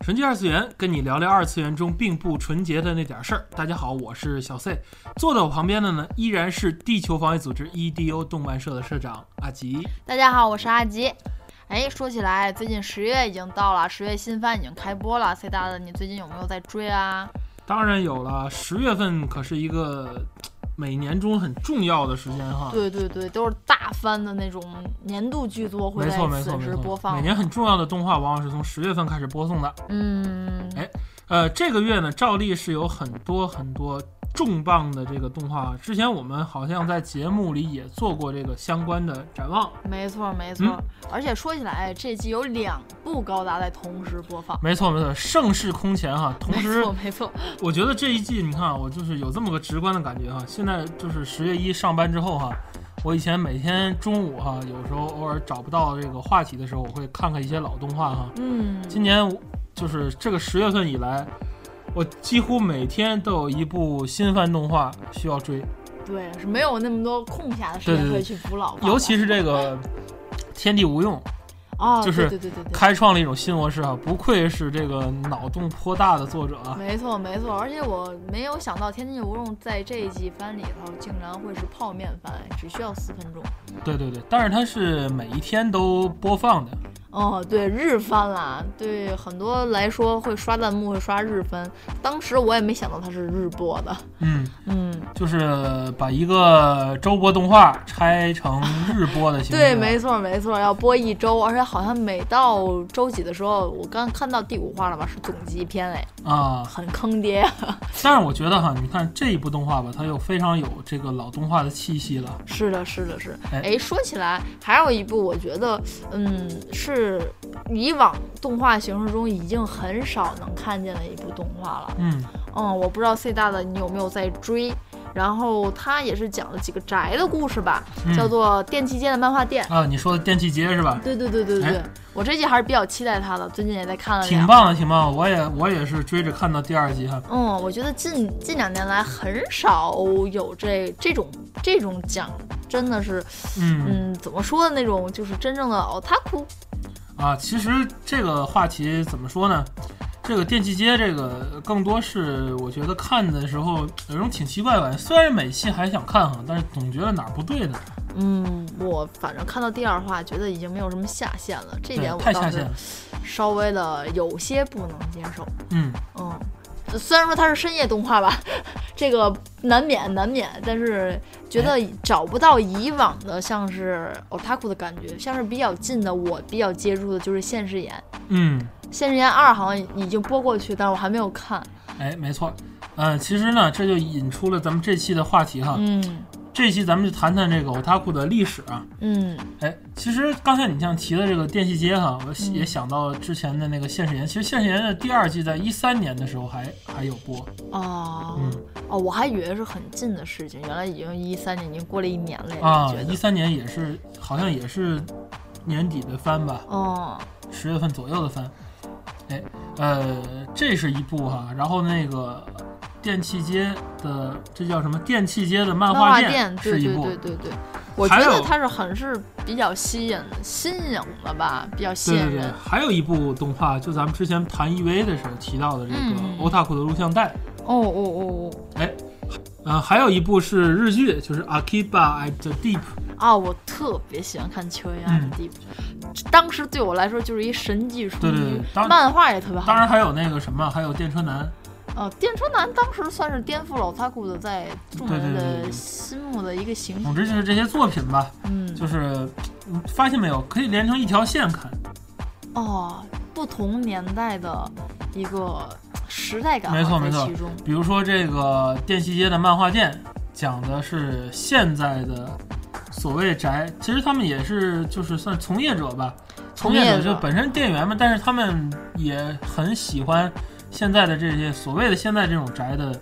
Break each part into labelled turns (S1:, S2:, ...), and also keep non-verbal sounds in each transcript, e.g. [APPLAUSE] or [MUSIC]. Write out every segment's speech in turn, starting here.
S1: 纯洁二次元，跟你聊聊二次元中并不纯洁的那点事儿。大家好，我是小 C，坐在我旁边的呢依然是地球防卫组织 EDO 动漫社的社长阿吉。
S2: 大家好，我是阿吉。哎，说起来，最近十月已经到了，十月新番已经开播了。C 大的，你最近有没有在追啊？
S1: 当然有了，十月份可是一个每年中很重要的时间哈。
S2: 对对对，都是大番的那种年度剧作会
S1: 没
S2: 在
S1: 错没错
S2: 此
S1: 没
S2: 时播
S1: 错，每
S2: 放。
S1: 年很重要的动画往往是从十月份开始播送的。
S2: 嗯，
S1: 呃，这个月呢，照例是有很多很多重磅的这个动画。之前我们好像在节目里也做过这个相关的展望。
S2: 没错没错。
S1: 嗯
S2: 而且说起来，这季有两部高达在同时播放。
S1: 没错没错，盛世空前哈。同时
S2: 没，错没错，
S1: 我觉得这一季，你看啊，我就是有这么个直观的感觉哈。现在就是十月一上班之后哈，我以前每天中午哈，有时候偶尔找不到这个话题的时候，我会看看一些老动画哈。
S2: 嗯，
S1: 今年我就是这个十月份以来，我几乎每天都有一部新番动画需要追。
S2: 对，是没有那么多空暇的时
S1: 对
S2: 间
S1: 对
S2: 可
S1: 对
S2: 以去补老番了。
S1: 尤其是这个天地无用，
S2: 哦，
S1: 就是
S2: 对对对对对。
S1: 开创了一种新模式啊！不愧是这个脑洞颇大的作者
S2: [LAUGHS]
S1: 啊！
S2: 没错没错，而且我没有想到《天气无用》在这一季番里头竟然会是泡面番，只需要四分钟。
S1: 对对对，但是它是每一天都播放的，
S2: 哦，对日番啦，对很多来说会刷弹幕会刷日番，当时我也没想到它是日播的。
S1: 嗯，
S2: 嗯，
S1: 就是把一个周播动画拆成日播的形式啊。
S2: [LAUGHS] 对，没错没错，要播一周，而且好像每到周几的时候，我刚看到第五话了吧，是总集篇哎，
S1: 啊，
S2: 很坑爹。
S1: 但是我觉得哈，你看这一部动画吧，它又非常有这个老动画的气息了。
S2: 是的，是的，是的。
S1: 哎
S2: 哎，说起来，还有一部我觉得，嗯，是以往动画形式中已经很少能看见的一部动画了。
S1: 嗯，
S2: 嗯，我不知道 C 大的你有没有在追，然后它也是讲了几个宅的故事吧，
S1: 嗯
S2: 叫做《电器街的漫画店》。
S1: 啊，你说的电器街是吧？
S2: 对对对对对，
S1: 哎
S2: 我这季还是比较期待它的，最近也在看了两
S1: 挺棒的，挺棒的，我也我也是追着看到第二集哈。
S2: 嗯，我觉得近近两年来很少有这这种这种讲，真的是，
S1: 嗯
S2: 嗯，怎么说的那种，就是真正的 otaku
S1: 啊，其实这个话题怎么说呢？这个电器街，这个更多是我觉得看的时候有种挺奇怪吧。虽然每期还想看哈，但是总觉得哪儿不对呢，
S2: 嗯，我反正看到第二话，觉得已经没有什么下限了，这
S1: 对
S2: 一点，我
S1: 太
S2: 倒
S1: 下线
S2: 是
S1: 了。
S2: 稍微的有些不能接受。
S1: 嗯，
S2: 嗯，虽然说它是深夜动画吧， [LAUGHS] 这个难免难免，但是觉得找不到以往的像是 otaku 的感觉，像是比较近的我比较接触的就是《现实眼》，
S1: 嗯，
S2: 《现实眼二》好像已经播过去，但是我还没有看。
S1: 哎，没错。嗯、其实呢，这就引出了咱们这期的话题哈。
S2: 嗯
S1: 这期咱们就谈谈这个 otaku 的历史啊。
S2: 嗯，
S1: 哎，其实刚才你像提的这个电器街哈，我
S2: 嗯
S1: 也想到了之前的那个《现实岩》。其实《现实岩》的第二季在一三年的时候还还有播。
S2: 哦、
S1: 嗯。
S2: 哦，我还以为是很近的事情，原来已经一三年，已经过了一年了，
S1: 啊
S2: 觉，得
S1: 一。三年也是，好像也是年底的番吧，
S2: 哦，
S1: 十月份左右的番。哎，呃，这是一部哈、然后那个电器街的，这叫什么？电器街的漫
S2: 漫画
S1: 画
S2: 店，对
S1: 是一
S2: 对
S1: 部。
S2: 对对对，我觉
S1: 还
S2: 得
S1: 有
S2: 它是很是比较吸引新颖的吧，比较吸
S1: 对
S2: 引
S1: 对对
S2: 人。
S1: 还有一部动画，就咱们之前谈 EV 的时候提到的这个
S2: 嗯
S1: Otaku 的录像带。
S2: 哦哦哦
S1: 呃，还有一部是日剧，就是《Akiba at the Deep》。
S2: 哦啊！我特别喜欢看《秋叶原
S1: 嗯
S2: 的地方》当时对我来说就是一神技术。
S1: 对对对当
S2: 漫画也特别好。
S1: 当然还有那个什么，还有电车男。
S2: 呃，电车男当时算是颠覆了 otaku 的在众
S1: 对
S2: 人
S1: 对对对
S2: 的
S1: 对
S2: 心目的一个形象。
S1: 总之就是这些作品吧，
S2: 嗯，
S1: 就是嗯发现没有，可以连成一条线看。
S2: 哦，不同年代的一个时代感
S1: 没错
S2: 好像
S1: 没
S2: 在
S1: 错
S2: 其中。
S1: 比如说这个电器街的漫画店，讲的是现在的所谓宅，其实他们也是就是算从业者吧，从
S2: 从业
S1: 业者
S2: 者
S1: 就本身店员嘛，但是他们也很喜欢现在的这些所谓的现在这种宅的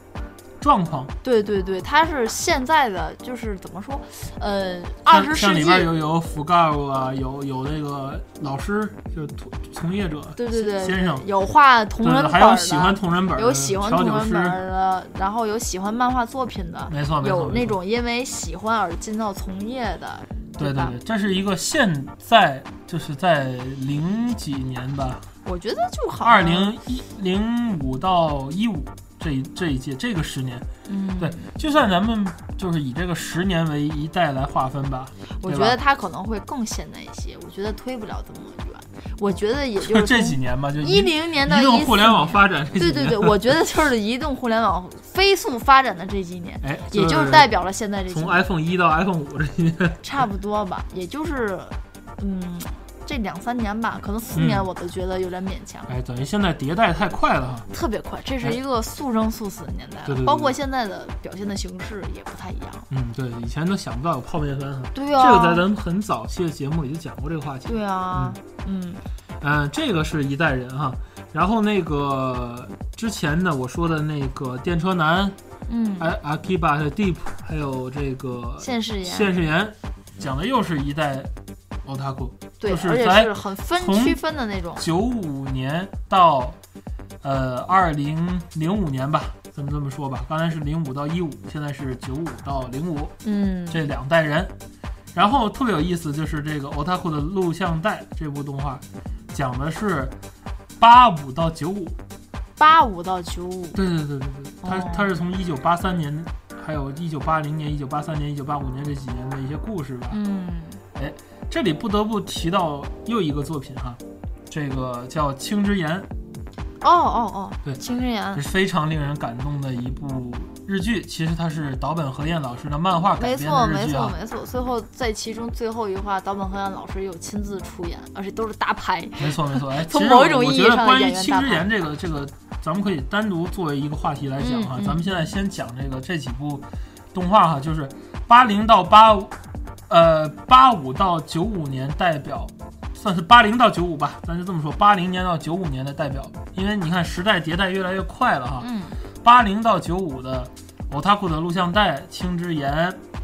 S1: 状况，
S2: 对对对，它是现在的，就是怎么说，呃，二
S1: 像
S2: 十
S1: 像
S2: 世
S1: 里
S2: 纪，
S1: 边有有福盖啊，有有那个老师，就是从从业者，
S2: 对对对，
S1: 先生，
S2: 有画同人
S1: 对，
S2: 本
S1: 还
S2: 儿
S1: 有
S2: 的，
S1: 喜欢同人本儿的，
S2: 有喜欢
S1: 调
S2: 同
S1: 酒
S2: 人
S1: 师
S2: 本儿的，然后有喜欢漫画作品的，
S1: 没错没错，
S2: 有那
S1: 没错
S2: 种因为喜欢而进到从业的，
S1: 对
S2: 吧？
S1: 对，这是一个现在就是在零几年吧，
S2: 我觉得就好。
S1: 二，零一零五到一五这一这一届这个十年，
S2: 嗯，
S1: 对，就算咱们就是以这个十年为一代来划分吧，
S2: 我
S1: 对
S2: 觉
S1: 吧
S2: 得它可能会更现代一些，我觉得推不了这么远。我觉得也就
S1: 就是这几年吧，就
S2: 一
S1: 移
S2: 零年到
S1: 移动
S2: 14
S1: 互联网
S2: 年
S1: 发展这几
S2: 对
S1: 年，
S2: 对对，我觉得就是移动互联网飞速发展的这几
S1: [LAUGHS]
S2: 年，
S1: 哎，
S2: 也就是
S1: 是
S2: 代表了现在这几
S1: 从
S2: 年，
S1: iPhone 一到 iPhone 五这几年，
S2: 差不多吧，也就是，嗯，这两三年吧，可能四年
S1: 嗯
S2: 我都觉得有点勉强，
S1: 哎，等于现在迭代太快了哈，
S2: 特别快，这是一个速生速死的年代
S1: 对对对
S2: 了，包括现在的表现的形式也不太一样。
S1: 嗯，对，以前都想不到有泡面番哈。
S2: 对
S1: 这
S2: 啊，
S1: 个在咱们很早期的节目里就讲过这个话题，
S2: 对啊，嗯
S1: 嗯，这个是一代人哈。然后那个之前呢，我说的那个电车男、
S2: 嗯，
S1: 阿阿 k i b a 还有 Deep，还有这个
S2: 现世言，
S1: 现世言，讲的又是一代 otaku，
S2: 对，
S1: 就是
S2: 而且
S1: 咱
S2: 是很分
S1: 从
S2: 区分的那种，
S1: 九五年到呃二零零五年吧，咱们这么说吧，刚才是零五到一五，现在是九五到零五
S2: 嗯，
S1: 这两代人。然后特别有意思，就是这个 otaku 的录像带这部动画，讲的是八五到九五
S2: 八五到九五，
S1: 对对对对对，他
S2: 哦
S1: 他是从一九八三年，还有一九八零年、一九八三年、一九八五年这几年的一些故事吧。
S2: 嗯，
S1: 这里不得不提到又一个作品哈，这个叫《青之言
S2: 哦哦哦，
S1: 对
S2: 青之》，言
S1: 是，非常令人感动的一部日剧。其实它是岛本和彦老师的漫画改
S2: 没
S1: 编
S2: 错，
S1: 的日
S2: 没
S1: 剧
S2: 错，
S1: 啊。
S2: 没错。最后在其中最后一话，岛本和彦老师有亲自出演，而且都是大牌。
S1: 没错没错，哎，
S2: 从
S1: 其实
S2: 某一
S1: 我
S2: 种意
S1: 觉
S2: 义
S1: 得
S2: 上的
S1: 关于
S2: 演
S1: 《
S2: 员
S1: 青
S2: 大
S1: 之
S2: 牌
S1: 言》这个这个，咱们可以单独作为一个话题来讲哈。
S2: 嗯嗯
S1: 咱们现在先讲这个这几部动画哈，就是八零到八五，呃，八五到九五年代表，算是八零到九五吧，咱就这么说，八零年到九五年的代表，因为你看时代迭代越来越快了哈。
S2: 嗯，
S1: 八零到九五的 otaku 的录像带《青之言》，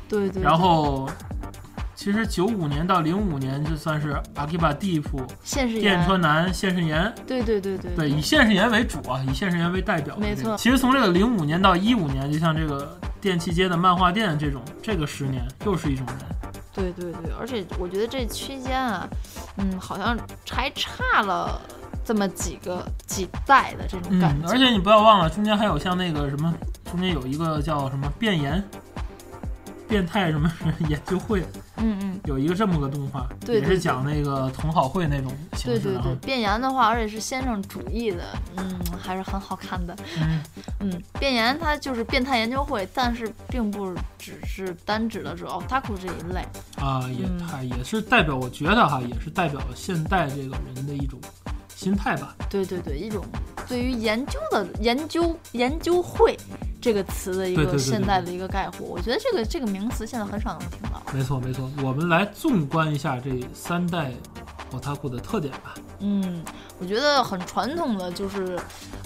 S2: 对对。对
S1: 然后。其实九五年到零五年就算是 Akiba Deep、
S2: 现世
S1: 电
S2: 言，
S1: 车男、现世言
S2: 对对对对
S1: 对，以现实言为主啊，以现实言为代表。
S2: 没错
S1: 其实从这个零五年到一五年，就像这个电器街的漫画店这种，这个十年又是一种人。
S2: 对对对，而且我觉得这期间啊，嗯，好像还差了这么几个几代的这种感
S1: 嗯，
S2: 觉。
S1: 而且你不要忘了，中间还有像那个什么，中间有一个叫什么变颜。变态什么研究会
S2: 嗯嗯，
S1: 有一个这么个动画，
S2: 对对
S1: 也是讲那个同好会那种形
S2: 对
S1: 式
S2: 对
S1: 的啊
S2: 对，。变颜的话，而且是先生主义的，嗯，还是很好看的。
S1: 嗯，
S2: 嗯，变颜它就是变态研究会，但是并不只是单指的是哦 otaku 这一类。
S1: 啊，也
S2: 嗯
S1: 它也是代表，我觉得哈，也是代表现代这个人的一种心态吧。
S2: 对对对，一种对于研究的研究研究会这个词的一
S1: 对对
S2: 个
S1: 对
S2: 现
S1: 对
S2: 代的一个概括。我觉得这个这个名词现在很少能听到。
S1: 没错没错，我们来纵观一下这三代 otaku 的特点吧。
S2: 嗯，我觉得很传统的就是，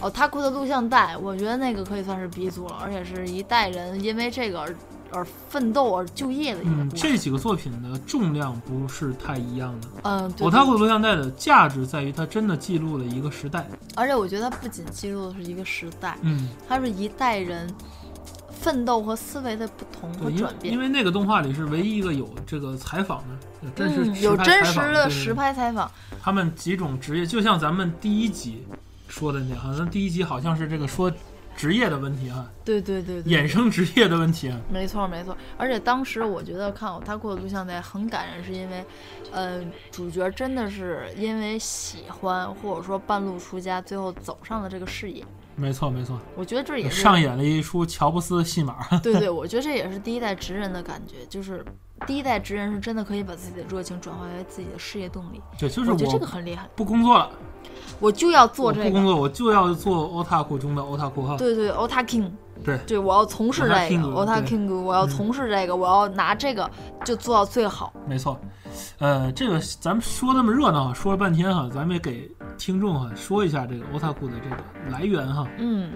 S2: 哦，他哭的录像带，我觉得那个可以算是鼻祖了，而且是一代人因为这个而而奋斗而就业的一个
S1: 嗯，
S2: 故事。
S1: 这几个作品的重量不是太一样的。
S2: 嗯，对
S1: otaku
S2: 对
S1: 的录像带的价值在于它真的记录了一个时代。
S2: 而且我觉得它不仅记录的是一个时代，
S1: 嗯，
S2: 它是一代人奋斗和思维的不同和
S1: 对，因为
S2: 转变
S1: 因。为那个动画里是唯一一个有这个采访的，有真实、
S2: 嗯，有真实的实
S1: 实
S2: 拍采访，
S1: 他们几种职业，就像咱们第一集说的那样，好像第一集好像是这个说职业的问题啊，
S2: 对对对对，
S1: 衍生职业的问题啊。
S2: 没错没错，而且当时我觉得看我他过的录像带很感人，是因为，呃，主角真的是因为喜欢或者说半路出家，最后走上了这个事业。
S1: 没错没错，
S2: 我觉得这也是
S1: 上演了一出乔布斯的戏码。 [LAUGHS]
S2: 对对，我觉得这也是第一代职人的感觉，就是第一代职人是真的可以把自己的热情转化为自己的事业动力。
S1: 对，就是
S2: 我觉得这个很厉害，
S1: 不工作了，
S2: 我就要做
S1: 我
S2: 这
S1: 不工
S2: 个。
S1: 作，我就要做 otaku 中的 otaku 哈。
S2: 对对，Ota King，
S1: 对嗯
S2: 对我要从事这个
S1: Otaku，
S2: ，Ota King，我要从事这个，我要拿这个就做到最好。
S1: 没错，呃，这个咱们说那么热闹，说了半天哈，咱们也给听众哈说一下这个 otaku 的这个来源哈。
S2: 嗯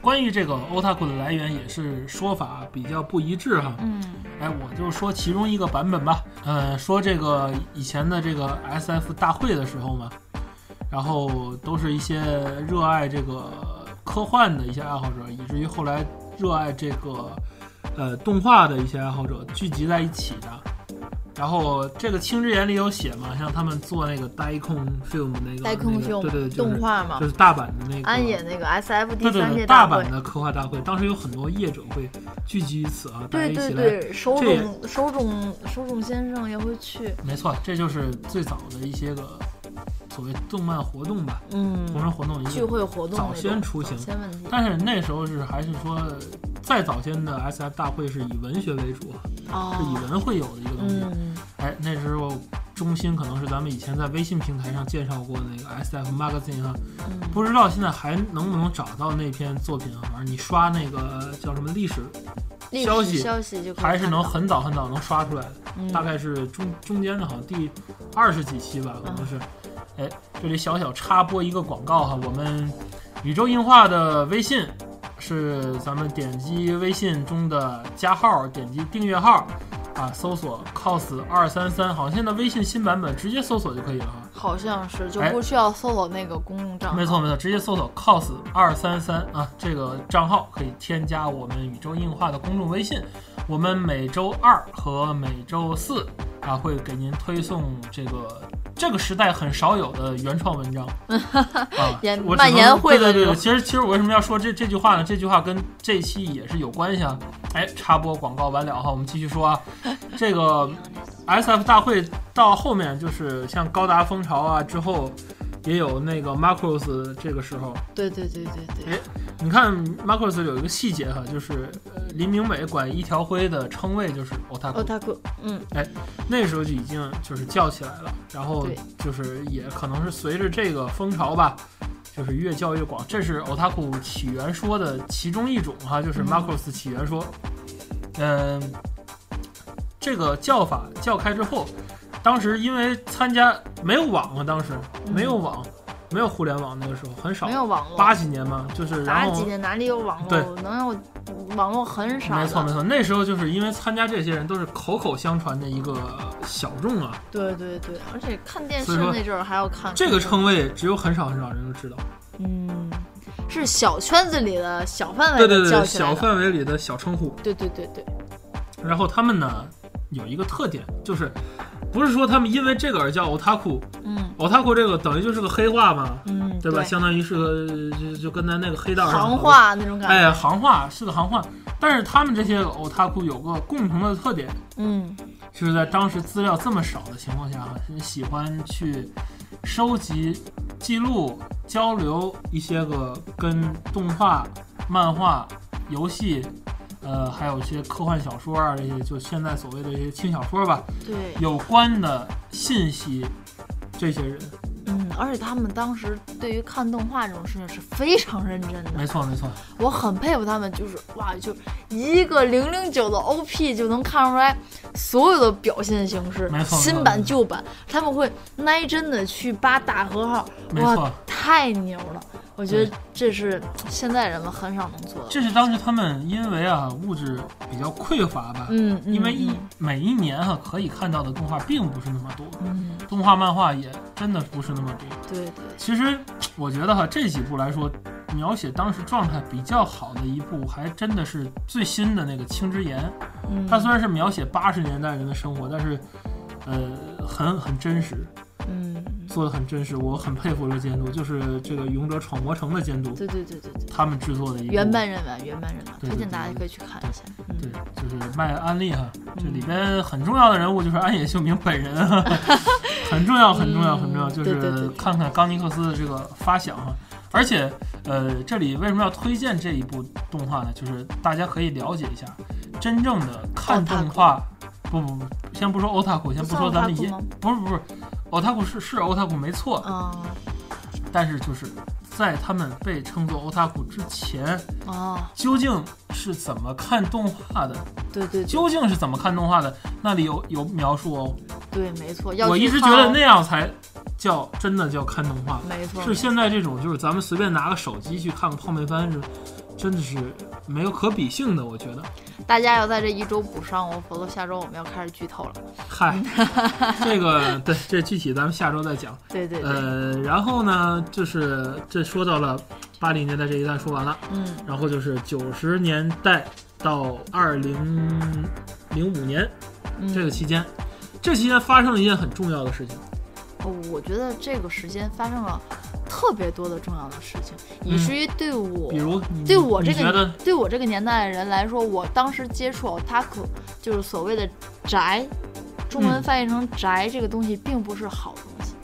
S1: 关于这个 otaku 的来源，也是说法比较不一致哈。
S2: 嗯
S1: 哎，我就说其中一个版本吧。呃，说这个以前的这个 SF 大会的时候嘛，然后都是一些热爱这个科幻的一些爱好者，以至于后来热爱这个呃动画的一些爱好者聚集在一起的。然后这个《青之眼》里有写嘛，像他们做那个 Daikon Film 那个
S2: Daikon
S1: 那个
S2: Film
S1: 对对对，就是
S2: 动画嘛
S1: 就是大阪的那个
S2: 安野那个 S F 第
S1: 对对
S2: 三届
S1: 对，大
S2: 会
S1: 阪，的科幻大会，当时有很多业者会聚集于此啊，大家
S2: 对
S1: 一起来
S2: 对对，手
S1: 这
S2: 冢手冢手冢先生也会去。
S1: 没错，这就是最早的一些个所谓动漫活动吧，同
S2: 嗯，
S1: 人活动的一
S2: 聚
S1: 个。
S2: 会活动
S1: 早
S2: 那
S1: 先
S2: 种
S1: 出
S2: 早
S1: 行
S2: 先问题
S1: 但是那时候是还是说，再早先的 S F 大会是以文学为主，是以
S2: 哦，
S1: 文会友的一个东西。
S2: 嗯，
S1: 哎，那时候中心可能是咱们以前在微信平台上介绍过那个 S F Magazine 哈，
S2: 嗯
S1: 不知道现在还能不能找到那篇作品啊？反正你刷那个叫什么历史，
S2: 历
S1: 消
S2: 史
S1: 息
S2: 消息就可以
S1: 还是
S2: 看
S1: 能
S2: 到
S1: 很早很早能刷出来的。
S2: 嗯
S1: 大概是中中间的，好像第二十几期吧，可能是。哎，这里小小插播一个广告哈，我们宇宙映画的微信是咱们点击微信中的加号，点击订阅号啊，搜索 cos 二三三，好像现在微信新版本直接搜索就可以了哈。
S2: 好像是就
S1: 哎
S2: 不需要搜索那个公用账号。
S1: 没错没错，直接搜索 cos 二三三啊，这个账号可以添加我们宇宙硬化的公众微信。我们每周二和每周四啊，会给您推送这个这个时代很少有的原创文
S2: [LAUGHS]
S1: 章啊
S2: 研。
S1: 我只
S2: 蔓
S1: 能
S2: 延会
S1: 对
S2: 的
S1: 对对，
S2: 那种
S1: 其实其实我为什么要说这这句话呢？这句话跟这期也是有关系啊。哎，插播广告完了哈，我们继续说
S2: [LAUGHS]
S1: 啊，这个 S F 大会到后面就是像高达风潮啊之后。也有那个 Marcos 这个时候，
S2: 对对对对对，
S1: 哎你看 Marcos 有一个细节哈，就是呃林明美管一条辉的称谓就是 otaku，
S2: 哦，他可嗯
S1: 那时候就已经就是叫起来了，然后
S2: 对
S1: 就是也可能是随着这个风潮吧，就是越叫越广。这是 otaku 起源说的其中一种哈，就是
S2: 嗯
S1: Marcos 起源说，嗯、这个叫法叫开之后，当时因为参加没有网啊，当时
S2: 嗯
S1: 没有网，没有互联网，那个时候很少
S2: 没，有网络，
S1: 八几年嘛，就是然
S2: 八
S1: 后
S2: 几年哪里有网
S1: 对
S2: 络？能有网络很少的，
S1: 没错没错，那时候就是因为参加这些人都是口口相传的一个小众啊，
S2: 对对对，而且看电
S1: 所
S2: 视
S1: 以说
S2: 那阵儿还要看
S1: 这个称谓只有很少很少人都知道。
S2: 嗯，是小圈子里的小范围
S1: 对对
S2: 的叫
S1: 对，
S2: 起来
S1: 小
S2: 的，
S1: 范围里的小称呼。
S2: 对对对对，
S1: 然后他们呢有一个特点，就是不是说他们因为这个而叫 otaku，otaku
S2: 嗯
S1: 这个等于就是个黑话嘛，
S2: 嗯，
S1: 对吧？相当于是个就就跟咱那个黑道上
S2: 行，话那种感觉，
S1: 哎，行话是个行话。但是他们这些 otaku 有个共同的特点，
S2: 嗯
S1: 就是在当时资料这么少的情况下，很喜欢去收集、记录、交流一些个跟动画、漫画、游戏，呃，还有一些科幻小说啊这些，就现在所谓的这些轻小说吧
S2: 对，
S1: 有关的信息。这些人，
S2: 嗯，而且他们当时对于看动画这种事情是非常认真的，
S1: 没错没错，
S2: 我很佩服他们，就是哇，就一个零零九的 OP 就能看出来所有的表现形式
S1: 没，错
S2: 新
S1: 没
S2: 版
S1: 错
S2: 旧版，他们会挨真的去扒大和号，
S1: 没
S2: 哇
S1: 错，，
S2: 太牛了！我觉
S1: 对
S2: 得这是现在人们很少能做的。
S1: 这是当时他们因为啊物质比较匮乏吧，
S2: 嗯，嗯
S1: 因为一
S2: 嗯
S1: 每一年哈、可以看到的动画并不是那么多，
S2: 嗯，
S1: 动画漫画也真的不是那么多。
S2: 对对，
S1: 其实我觉得哈，这几部来说，描写当时状态比较好的一部，还真的是最新的那个《青之盐》。
S2: 嗯，
S1: 它虽然是描写八十年代人的生活，但是，呃，很很真实，
S2: 嗯，
S1: 做的很真实，我很佩服这个监督，就是这个《勇者闯魔城》的监督，
S2: 对对对对对，
S1: 他们制作的一部
S2: 原班人马，原班人马，
S1: 对对
S2: 推荐
S1: 对
S2: 大家
S1: 对
S2: 可以去看一下。嗯
S1: 对，就是卖安利哈，这里边很重要的人物就是安野秀明本人，啊
S2: [LAUGHS]
S1: 很重要，很重要，很重要，
S2: 嗯
S1: 就
S2: 对对对
S1: 是看看冈尼克斯的这个发想哈。啊而且，呃，这里为什么要推荐这一部动画呢？就是大家可以了解一下，真正的看动画，不不不，先不说 otaku，先不说咱们
S2: 不
S1: 也
S2: 算 otaku 吗
S1: 不是不是，otaku 是是 otaku 没错，
S2: 嗯
S1: 但是就是在他们被称作 otaku 之前，
S2: 啊，
S1: 究竟是怎么看动画的？
S2: 对对对
S1: 究竟是怎么看动画的？那里有有描述哦。
S2: 对，没错。要
S1: 我
S2: 去
S1: 一直觉
S2: 看
S1: 得
S2: 哦
S1: 那样才叫真的叫看动画。
S2: 没错
S1: 是现在这种，就是咱们随便拿个手机去看个泡面番是，真的是没有可比性的。我觉得，
S2: 大家要在这一周补上哦，否则下周我们要开始剧透了。 [LAUGHS]
S1: 嗨，这个对，这具体咱们下周再讲。
S2: 对对对，
S1: 呃，然后呢，就是这说到了八零年代这一代说完了，
S2: 嗯
S1: 然后就是九十年代到二零零五年
S2: 嗯，
S1: 这个期间，这期间发生了一件很重要的事情。
S2: 哦我觉得这个时间发生了特别多的重要的事情，以
S1: 嗯
S2: 至于对我
S1: 比如你，
S2: 对我这
S1: 你觉得
S2: 个对我这个年代的人来说，我当时接触 otaku 就是所谓的宅，中文
S1: 嗯
S2: 翻译成宅这个东西并不是好东西。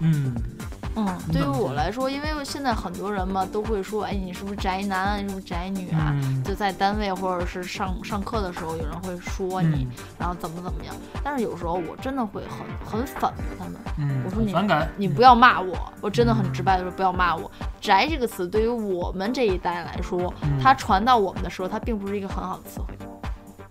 S1: 嗯，
S2: 嗯，
S1: 你
S2: 对于
S1: 怎么觉
S2: 我
S1: 得
S2: 来说，因为现在很多人嘛都会说，哎，你是不是宅男啊？你是不是宅女啊？
S1: 嗯，
S2: 就在单位或者是上上课的时候，有人会说你，
S1: 嗯，
S2: 然后怎么怎么样。但是有时候我真的会很很反驳他们，
S1: 嗯，
S2: 我说
S1: 很
S2: 你
S1: 反感，
S2: 你
S1: 嗯
S2: 不要骂我，我真的很直白的说不要骂我。宅这个词对于我们这一代来说，
S1: 嗯
S2: 它传到我们的时候，它并不是一个很好的词汇。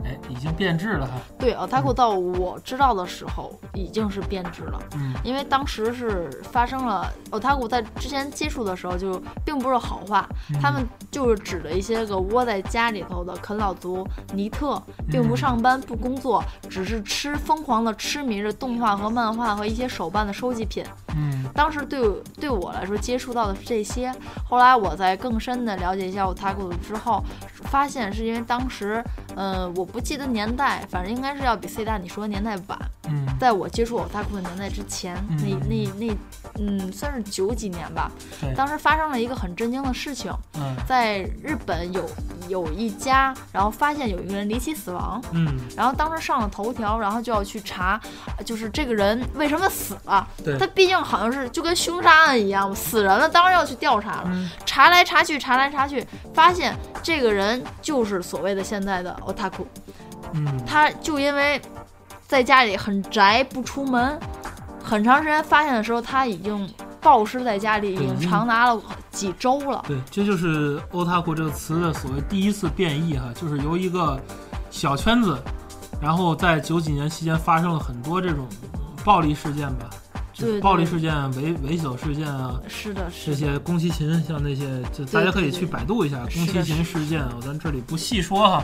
S1: 哎，已经变质了哈。
S2: 对，otaku 到我知道的时候已经是变质了。
S1: 嗯
S2: 因为当时是发生了 otaku 在之前接触的时候就并不是好话，
S1: 嗯
S2: 他们就是指的一些个窝在家里头的啃老族、尼特，并不上班、不工作，只是吃疯狂的痴迷着动画和漫画和一些手办的收集品。
S1: 嗯
S2: 当时对我对我来说接触到的是这些，后来我在更深的了解一下 otaku 之后，发现是因为当时，呃，我不记得年代，反正应该是要比 C 大你说的年代晚。
S1: 嗯，
S2: 在我接触 otaku 的年代之前，那那那，嗯，算是九几年吧
S1: 对。
S2: 当时发生了一个很震惊的事情，
S1: 嗯
S2: 在日本有有一家，然后发现有一个人离奇死亡，
S1: 嗯，
S2: 然后当时上了头条，然后就要去查，就是这个人为什么死了。
S1: 对
S2: 他毕竟好像是就跟凶杀案一样，死人了，当然要去调查了。
S1: 嗯
S2: 查来查去，查来查去，发现这个人就是所谓的现在的 otaku，
S1: 嗯
S2: 他就因为在家里很宅，不出门，很长时间发现的时候，他已经暴尸在家里，已
S1: 对
S2: 经
S1: 因为
S2: 长达了几周了。
S1: 对，这就是“ otaku 这个词的所谓第一次变异哈，就是由一个小圈子，然后在九几年期间发生了很多这种暴力事件吧，就
S2: 对
S1: 是暴力事件、啊围围剿事件啊。
S2: 是的，是
S1: 这
S2: 的
S1: 些宫崎勤，像那些，就大家可以去百度一下
S2: 对
S1: 宫
S2: 对
S1: 崎勤事件，啊，咱这里不细说哈，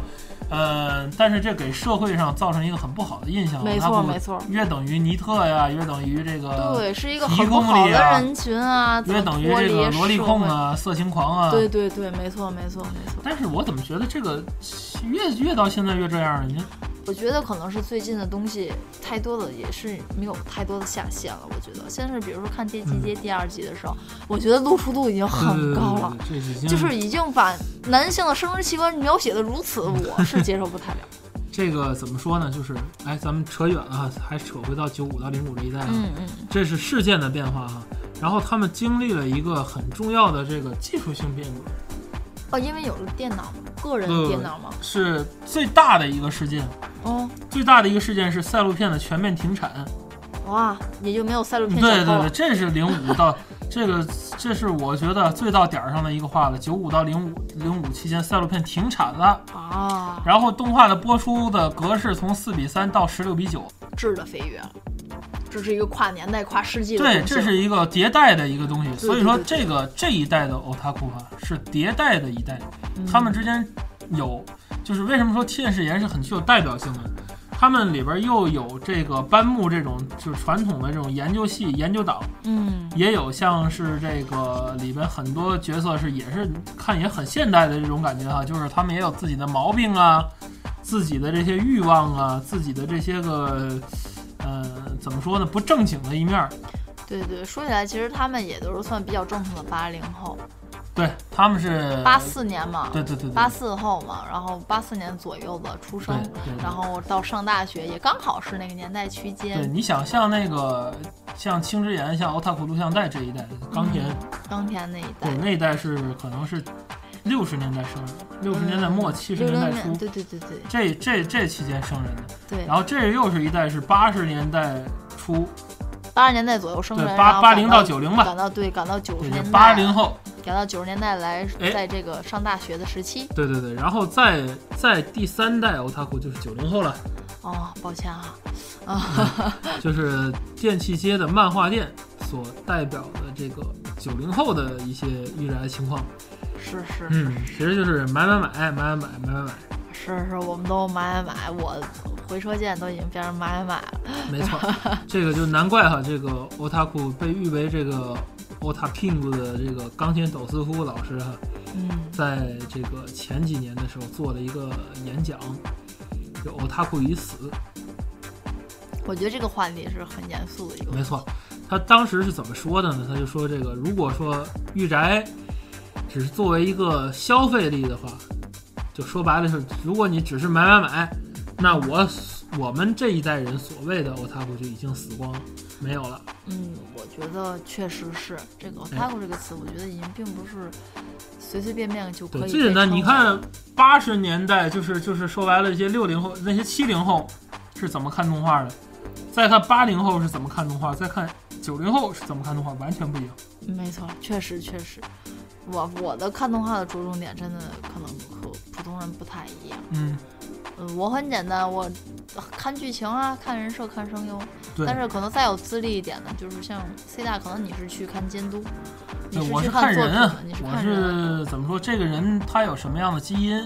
S1: 呃，但是这给社会上造成一个很不好的印象，
S2: 没错没错。
S1: 约等于尼特呀，约等于这个，
S2: 对，是一个
S1: 提
S2: 很不
S1: 供
S2: 好
S1: 力
S2: 的
S1: 啊
S2: 人群啊，怎
S1: 约
S2: 么
S1: 等于
S2: 脱
S1: 这个
S2: 离
S1: 萝莉
S2: 社
S1: 控
S2: 会。
S1: 啊、色情狂啊。
S2: 对。对对，没错没错没错。
S1: 但是我怎么觉得这个越越到现在越这样了？你
S2: 我觉得可能是最近的东西太多了，也是没有太多的下限了。我觉得先是比如说看《电
S1: 嗯
S2: 击街》第二季的时候，我觉得露出度已经很高了，，
S1: 呃这已经
S2: 就是已经把男性的生殖器官描写的
S1: [LAUGHS]
S2: 如此，我是接受不太了。
S1: 这个怎么说呢？就是哎，咱们扯远了啊，还扯回到九五到零五这一代啊，
S2: 嗯嗯，
S1: 这是事件的变化哈、然后他们经历了一个很重要的这个技术性变革，
S2: 哦，因为有了电脑，个人
S1: 嗯
S2: 电脑嘛，
S1: 是最大的一个事件。
S2: 哦
S1: 最大的一个事件是赛璐片的全面停
S2: [LAUGHS]
S1: 产。
S2: 哇，也就没有赛璐片
S1: 对对
S2: 小偷
S1: 对，
S2: 了。
S1: 这是零五到这个，这是我觉得最到点儿上的一个话了。九五到零五零五期间，赛璐片停产了，
S2: 啊，
S1: 然后动画的播出的格式从四比三到十六比九，
S2: 质的飞跃了，这是一个跨年代、跨世纪的
S1: 对，
S2: 东西
S1: 这
S2: 了
S1: 是一个迭代的一个东西。所以说，
S2: 对
S1: 这个这一代的 otaku 啊，是迭代的一代，
S2: 嗯
S1: 他们之间有，就是为什么说天使岩是很具有代表性的。他们里边又有这个班木这种，就是传统的这种研究系研究党，
S2: 嗯
S1: 也有像是这个里边很多角色是也是看也很现代的这种感觉哈，就是他们也有自己的毛病啊，自己的这些欲望啊，自己的这些个呃怎么说呢不正经的一面儿，
S2: 对对，说起来，其实他们也都是算比较正统的八零后，
S1: 对他们是
S2: 八，四年嘛，
S1: 对对对对，
S2: 八四后嘛，然后八四年左右的出
S1: 对
S2: 生，
S1: 对对
S2: 然后到上大学也刚好是那个年代区
S1: 对
S2: 间。
S1: 你想像那个像青之眼、像奥塔库录像带这一代，
S2: 嗯
S1: 钢铁
S2: 钢铁那一代
S1: 对，那一代是可能是六十年代生人，六十年代末七十
S2: 嗯六
S1: 年
S2: 零
S1: 代
S2: 年，
S1: 初，
S2: 对对对对
S1: 这这这期间生人的。
S2: 对
S1: 然，后这又是一代是八十年代初，
S2: 八十年代左右生
S1: 对
S2: 人，然
S1: 八
S2: 后
S1: 八零
S2: 赶
S1: 到九零吧，
S2: 赶到对赶到九十年代，
S1: 八零后，
S2: 赶到九十年代来，
S1: 哎
S2: 在这个上大学的时期，
S1: 对对对，然后再再第三代 otaku 就是九零后了，
S2: 哦，抱歉啊，
S1: 就是电器街的漫画店所代表的这个九零后的一些遇来情况。
S2: 是是
S1: 嗯，其实就是买买买买买买买买买，
S2: 是是，我们都买买买，我回车键都已经变成买买买了，
S1: 没错，这个就难怪哈，这个 otaku 被誉为这个 otaking 的这个钢琴斗司夫老师哈，
S2: 嗯，
S1: 在这个前几年的时候做了一个演讲，就 otaku 已死，
S2: 我觉得这个话题是很严肃的一个，
S1: 没错，他当时是怎么说的呢？他就说这个，如果说御宅只是作为一个消费力的话，就说白了是，如果你只是买买买，那我我们这一代人所谓的 otaku 就已经死光了，没有了。
S2: 嗯，我觉得确实是这
S1: 嗯
S2: 个 “otaku” 这个词，我觉得已经并不是随随便便就可
S1: 对，
S2: 以
S1: 最简单，
S2: 被
S1: 你
S2: 称为
S1: 看八十年代就是就是说白了，这些六零后那些七零后是怎么看动画的，再看八零后是怎么看动画，再看九零后是怎么看动画，完全不一样。
S2: 没错，确实确实，我我的看动画的着重点真的可能和普通人不太一样。
S1: 嗯，
S2: 嗯，我很简单，我看剧情啊，看人设，看声优。
S1: 对。
S2: 但是可能再有资历一点的，就是像 C 大，可能你是去看监督，你
S1: 对，我
S2: 去
S1: 是
S2: 看作
S1: 人
S2: 品
S1: 啊
S2: 的，你，是
S1: 我
S2: 看人啊。
S1: 是怎么说？这个人他有什么样的基因？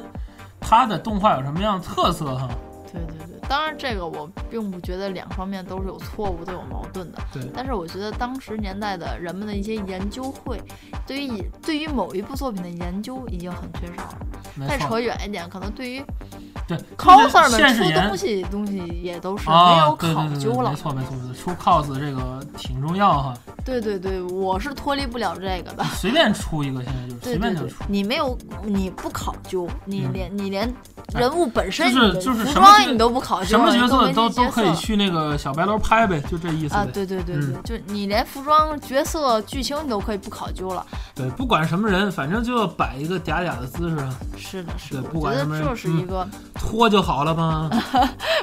S1: 他的动画有什么样的特色？哈，
S2: 对对对，当然这个我并不觉得两方面都是有错误、都有矛盾的。
S1: 对
S2: 但是我觉得当时年代的人们的一些研究会，对于以对于某一部作品的研究已经很缺少了。
S1: 没
S2: 再扯
S1: 错，
S2: 远一点，可能对于
S1: 对
S2: coser 们
S1: 现实
S2: 出
S1: 言
S2: 东西东西也都是没
S1: 啊，
S2: 有
S1: 对
S2: 考
S1: 对对
S2: 究
S1: 对，
S2: 了
S1: 没。错没错没错，出 cos 这个挺重要哈，
S2: 对对对，我是脱离不了这
S1: [LAUGHS]
S2: 个的。
S1: 随便出一个现在就是随
S2: 对对
S1: 便就
S2: 对
S1: 出，，
S2: 你没有，你不考究，
S1: 嗯
S2: 你
S1: 哎
S2: 连你连人物本身，
S1: 就是
S2: 你的
S1: 就是
S2: 服
S1: 什么角
S2: 装你都不考究，
S1: 什么
S2: 你
S1: 角色
S2: 没
S1: 都
S2: 进
S1: 都
S2: 角
S1: 可
S2: 色
S1: 以
S2: 了
S1: 去那个小白楼拍呗，就这意思
S2: 啊！
S1: 呗。
S2: 对对对对，
S1: 嗯
S2: 就你连服装、角色、剧情你都可以不考究了。
S1: 对，不管什么人，反正就要摆一个嗲嗲的姿势，
S2: 是的，是
S1: 对
S2: 的，
S1: 不
S2: 我
S1: 管
S2: 觉
S1: 什么
S2: 得
S1: 人嗯
S2: 这是一哎个，
S1: 脱就好了嘛。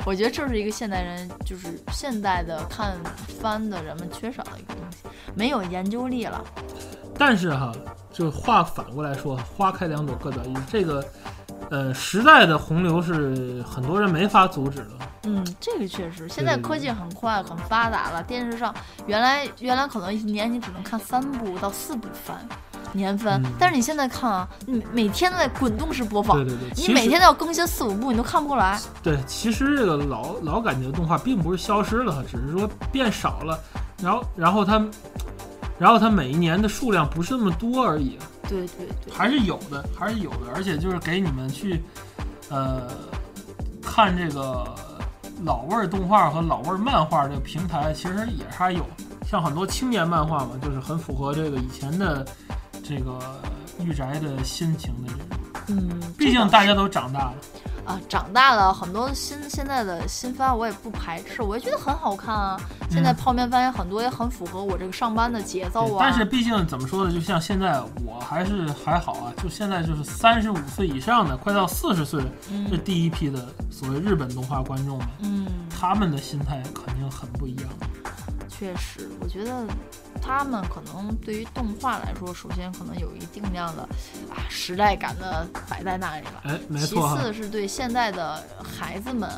S2: 我觉得这是一个现代人，就是现代的看番的人们缺少的一个东西，没有研究力了。
S1: 但是哈，就话反过来说，花开两朵，各表一枝。这个，呃，时代的洪流是很多人没法阻止的。
S2: 嗯，这个确实，现
S1: 对
S2: 在
S1: 对
S2: 科技很快很发达了。电视上原来原来可能一年你只能看三部到四部番，年番，
S1: 嗯
S2: 但是你现在看啊，你每天在滚动式播放
S1: 对，对对，
S2: 你
S1: 其
S2: 每
S1: 实
S2: 天都要更新四五部，你都看不过来。
S1: 对，其实这个老老感觉动画并不是消失了，只是说变少了。然后，然后它，然后它每一年的数量不是那么多而已，
S2: 对对对，
S1: 还是有的，还是有的。而且就是给你们去，呃，看这个老味儿动画和老味儿漫画这个平台，其实也还有。像很多青年漫画嘛，就是很符合这个以前的这个御宅的心情的这种。
S2: 嗯，
S1: 毕
S2: 这
S1: 竟
S2: 个
S1: 大家都长大了。
S2: 啊，长大了很多新现在的新番我也不排斥，我也觉得很好看啊。现在
S1: 嗯
S2: 泡面番也很多，也很符合我这个上班的节奏
S1: 对
S2: 啊。
S1: 但是毕竟怎么说呢，就像现在我还是还好啊，就现在就是三十五岁以上的，快到四十岁的这
S2: 嗯
S1: 第一批的所谓日本动画观众们，
S2: 嗯。
S1: 他们的心态肯定很不一样。
S2: 确实，我觉得他们可能对于动画来说，首先可能有一定量的啊时代感的摆在那里吧。
S1: 哎，没
S2: 其
S1: 错哈，
S2: 次是对现在的孩子们，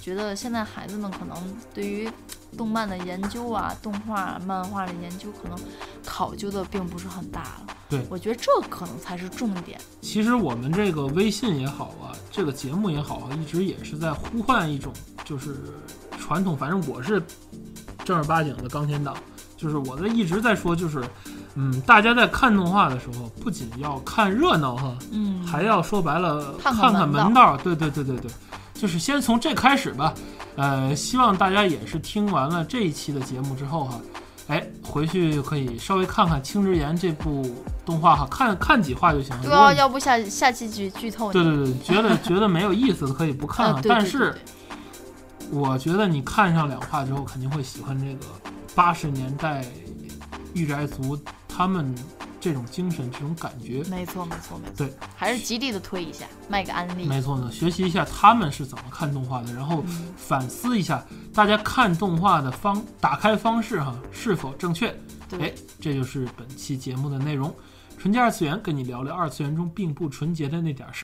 S2: 觉得现在孩子们可能对于动漫的研究啊、动画啊、漫画的研究，可能考究的并不是很大了。
S1: 对
S2: 我觉得这可能才是重点。
S1: 其实我们这个微信也好啊，这个节目也好啊，一直也是在呼唤一种就是传统，反正我是正儿八经的钢铁党，就是我在一直在说，就是嗯，大家在看动画的时候，不仅要看热闹哈，
S2: 嗯，
S1: 还要说白了
S2: 看
S1: 看
S2: 看
S1: 看
S2: 门道
S1: 门道儿。对对对对对，就是先从这开始吧。呃，希望大家也是听完了这一期的节目之后哈，哎，回去可以稍微看看《青之言》这部动画哈，看看几话就行了。
S2: 对
S1: 如果
S2: 啊，
S1: 你
S2: 要不下下期剧剧透你
S1: 对对对，觉得觉得没有意思的可以不看
S2: 啊
S1: 了，
S2: 对对
S1: 但
S2: 对
S1: 是
S2: 对
S1: 我觉得你看上两话之后肯定会喜欢这个八十年代御宅族他们这种精神、这种感觉。
S2: 没错，没错，没错。
S1: 对，
S2: 还是极力的推一下，卖个安利。
S1: 没错呢，学习一下他们是怎么看动画的，然
S2: 嗯
S1: 后反思一下大家看动画的方打开方式哈是否正确。哎
S2: 对，，
S1: 这就是本期节目的内容。纯洁二次元跟你聊聊二次元中并不纯洁的那点事儿。